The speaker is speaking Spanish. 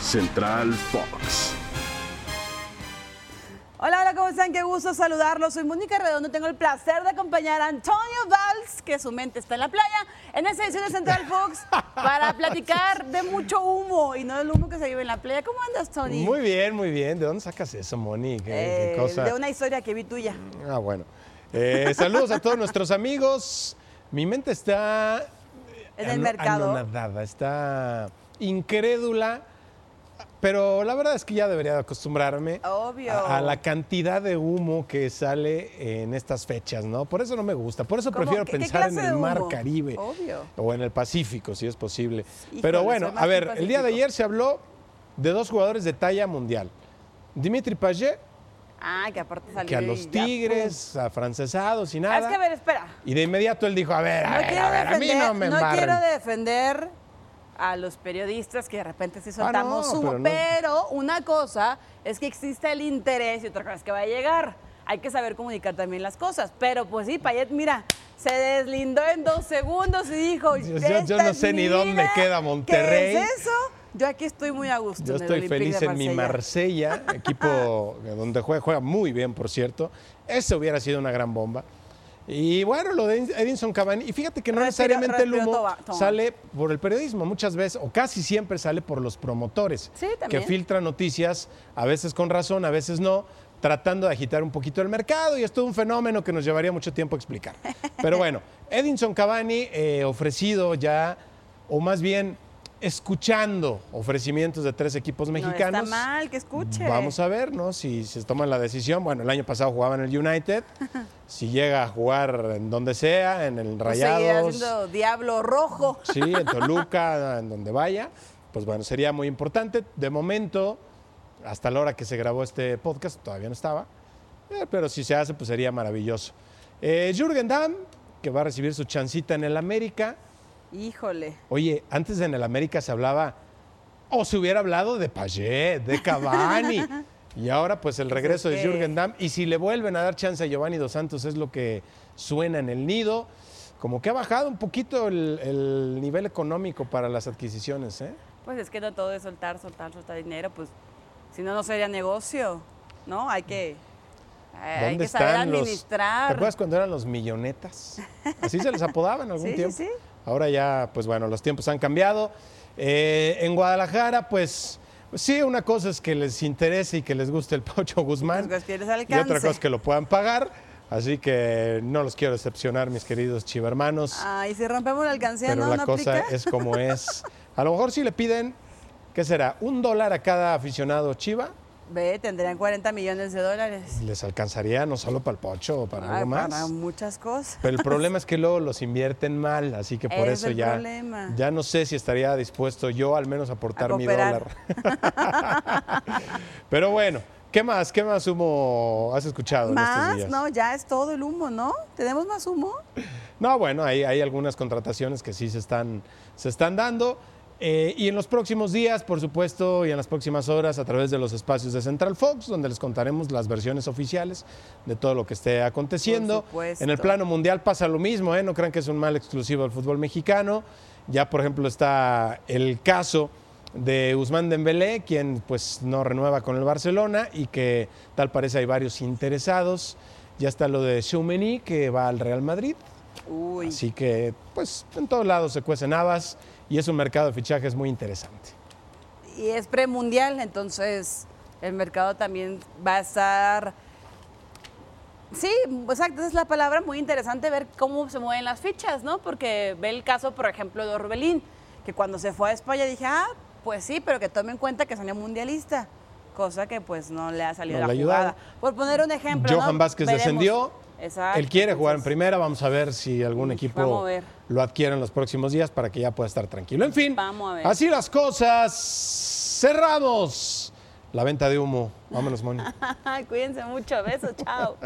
Central Fox. Hola, hola, ¿cómo están? Qué gusto saludarlos. Soy Mónica Redondo. Tengo el placer de acompañar a Antonio Valls, que su mente está en la playa, en esta edición de Central Fox para platicar de mucho humo y no del humo que se vive en la playa. ¿Cómo andas, Tony? Muy bien, muy bien. ¿De dónde sacas eso, Moni? ¿Qué, qué Eh, cosa? De una historia que vi tuya. Ah, bueno. Eh, saludos a todos nuestros amigos. Mi mente está... En el ano- mercado. anonadada, está incrédula. Pero la verdad es que ya debería de acostumbrarme Obvio. A, a la cantidad de humo que sale en estas fechas, ¿no? Por eso no me gusta. Por eso ¿Cómo? prefiero ¿Qué- qué pensar en clase el de mar humo? Caribe. Obvio. O en el Pacífico, si es posible. Híjole, Pero soy bueno, más a ver, team el día de Pacífico. ayer se habló de dos jugadores de talla mundial. Dimitri Payet, Ah, que aparte salió. que a y los ya, pum. Tigres, afrancesados y Ah, es nada. que a ver, espera. Y de inmediato él dijo, a ver, a No ver, quiero a ver, a mí defender, no me no embarren. quiero defender a los periodistas que de repente sí soltamos Ah, no, humo, pero, pero no. una cosa es que exista el interés y otra cosa es que va a llegar. Hay que saber comunicar también las cosas, pero pues sí, Payet, mira, se deslindó en dos segundos y dijo, Yo- yo- yo "Esta no es sé mi ni dónde vida, queda Monterrey". ¿Qué es eso? Yo aquí estoy muy a gusto. Yo en el estoy Olympique feliz de en mi Marsella. Marsella, equipo donde juega, juega muy bien, por cierto. Ese hubiera sido una gran bomba. Y bueno, lo de Edinson Cavani. Y fíjate que no Respiro- necesariamente el respiro, humo toma, toma. sale por el periodismo, muchas veces, o casi siempre sale por los promotores, Sí, también. que filtran noticias, a veces con razón, a veces no, tratando de agitar un poquito el mercado. Y es todo un fenómeno que nos llevaría mucho tiempo explicar. Pero bueno, Edinson Cavani eh, ofrecido ya, o más bien escuchando ofrecimientos de tres equipos mexicanos. No está mal, que escuche. Vamos a ver, ¿no? Si se toma la decisión. Bueno, el año pasado jugaba en el United. si llega a jugar en donde sea, en Pues el Rayados, haciendo Diablo Rojo. sí, en Toluca, en donde vaya, pues bueno, sería muy importante. De momento, hasta la hora que se grabó este podcast, todavía no estaba. Eh, pero si se hace, pues sería maravilloso. Eh, Jürgen Damm, que va a recibir su chancita en el América. Híjole. Oye, antes en el América se hablaba, o se hubiera hablado de Payet, de Cavani. y ahora, pues el regreso de que- Jürgen Damm. Y si le vuelven a dar chance a Giovanni Dos Santos, es lo que suena en el nido. Como que ha bajado un poquito el, el nivel económico para las adquisiciones, ¿eh? Pues es que no todo es soltar, soltar, soltar dinero, pues si no, no sería negocio, ¿no? Hay que, hay que saber ¿Te administrar. acuerdas cuando eran los millonetas? Así se les apodaban algún Sí, sí, tiempo. sí. Ahora ya, pues bueno, los tiempos han cambiado. Eh, en Guadalajara, pues sí, una cosa es que les interese y que les guste el Pocho Otra Guzmán. cosa es que les y otra pues alcance. cosa es que lo puedan pagar. Así que no los quiero decepcionar, mis queridos chivermanos. Ah, y si rompemos la alcancía, pero ¿no? la ¿No cosa aplica? es como es. A lo mejor si le piden, ¿qué será? ¿Un dólar a cada aficionado chiva? Ve, tendrían 40 millones de dólares. Les alcanzaría no solo para el Pocho o para Ay, algo más. Ah, para muchas cosas. Pero el problema es que luego los invierten mal, así que por Es eso el ya, problema. ya no sé si estaría dispuesto yo al menos a aportar A mi cooperar. dólar. Pero bueno, ¿qué más? ¿Qué más humo has escuchado Más, en estos días? no, ya es todo el humo, ¿no? ¿Tenemos más humo? No, bueno, hay, hay algunas contrataciones que sí se están, se están dando. Eh, y en los próximos días, por supuesto, y en las próximas horas, a través de los espacios de Central Fox, donde les contaremos las versiones oficiales de todo lo que esté aconteciendo. Por supuesto. En el plano mundial pasa lo mismo, ¿eh? no crean que es un mal exclusivo al fútbol mexicano. Ya, por ejemplo, está el caso de Usman Dembélé, quien pues no renueva con el Barcelona y que tal parece hay varios interesados. Ya está lo de Xoumeni, que va al Real Madrid. Uy. Así que, pues, en todos lados se cuecen habas y es un mercado de fichajes muy interesante. y es premundial, entonces el mercado también va a estar. Sí, exacto, esa es la palabra muy interesante ver cómo se mueven las fichas, ¿no? Porque ve el caso, por ejemplo, de Orbelín, que cuando se fue a España dije, ah, pues sí, pero que tome en cuenta que salió mundialista, cosa que pues no le ha salido No la le jugada. ayudaron. Por poner un ejemplo. Johan ¿no? Vázquez Veremos. descendió. Exacto. Él quiere jugar en entonces, primera. Vamos a ver si algún Mm, equipo vamos a ver. lo adquiere en los próximos días para que ya pueda estar tranquilo. En fin, Vamos a ver. así las cosas. Cerramos la venta de humo. Vámonos, Moni. Cuídense mucho, besos, chao.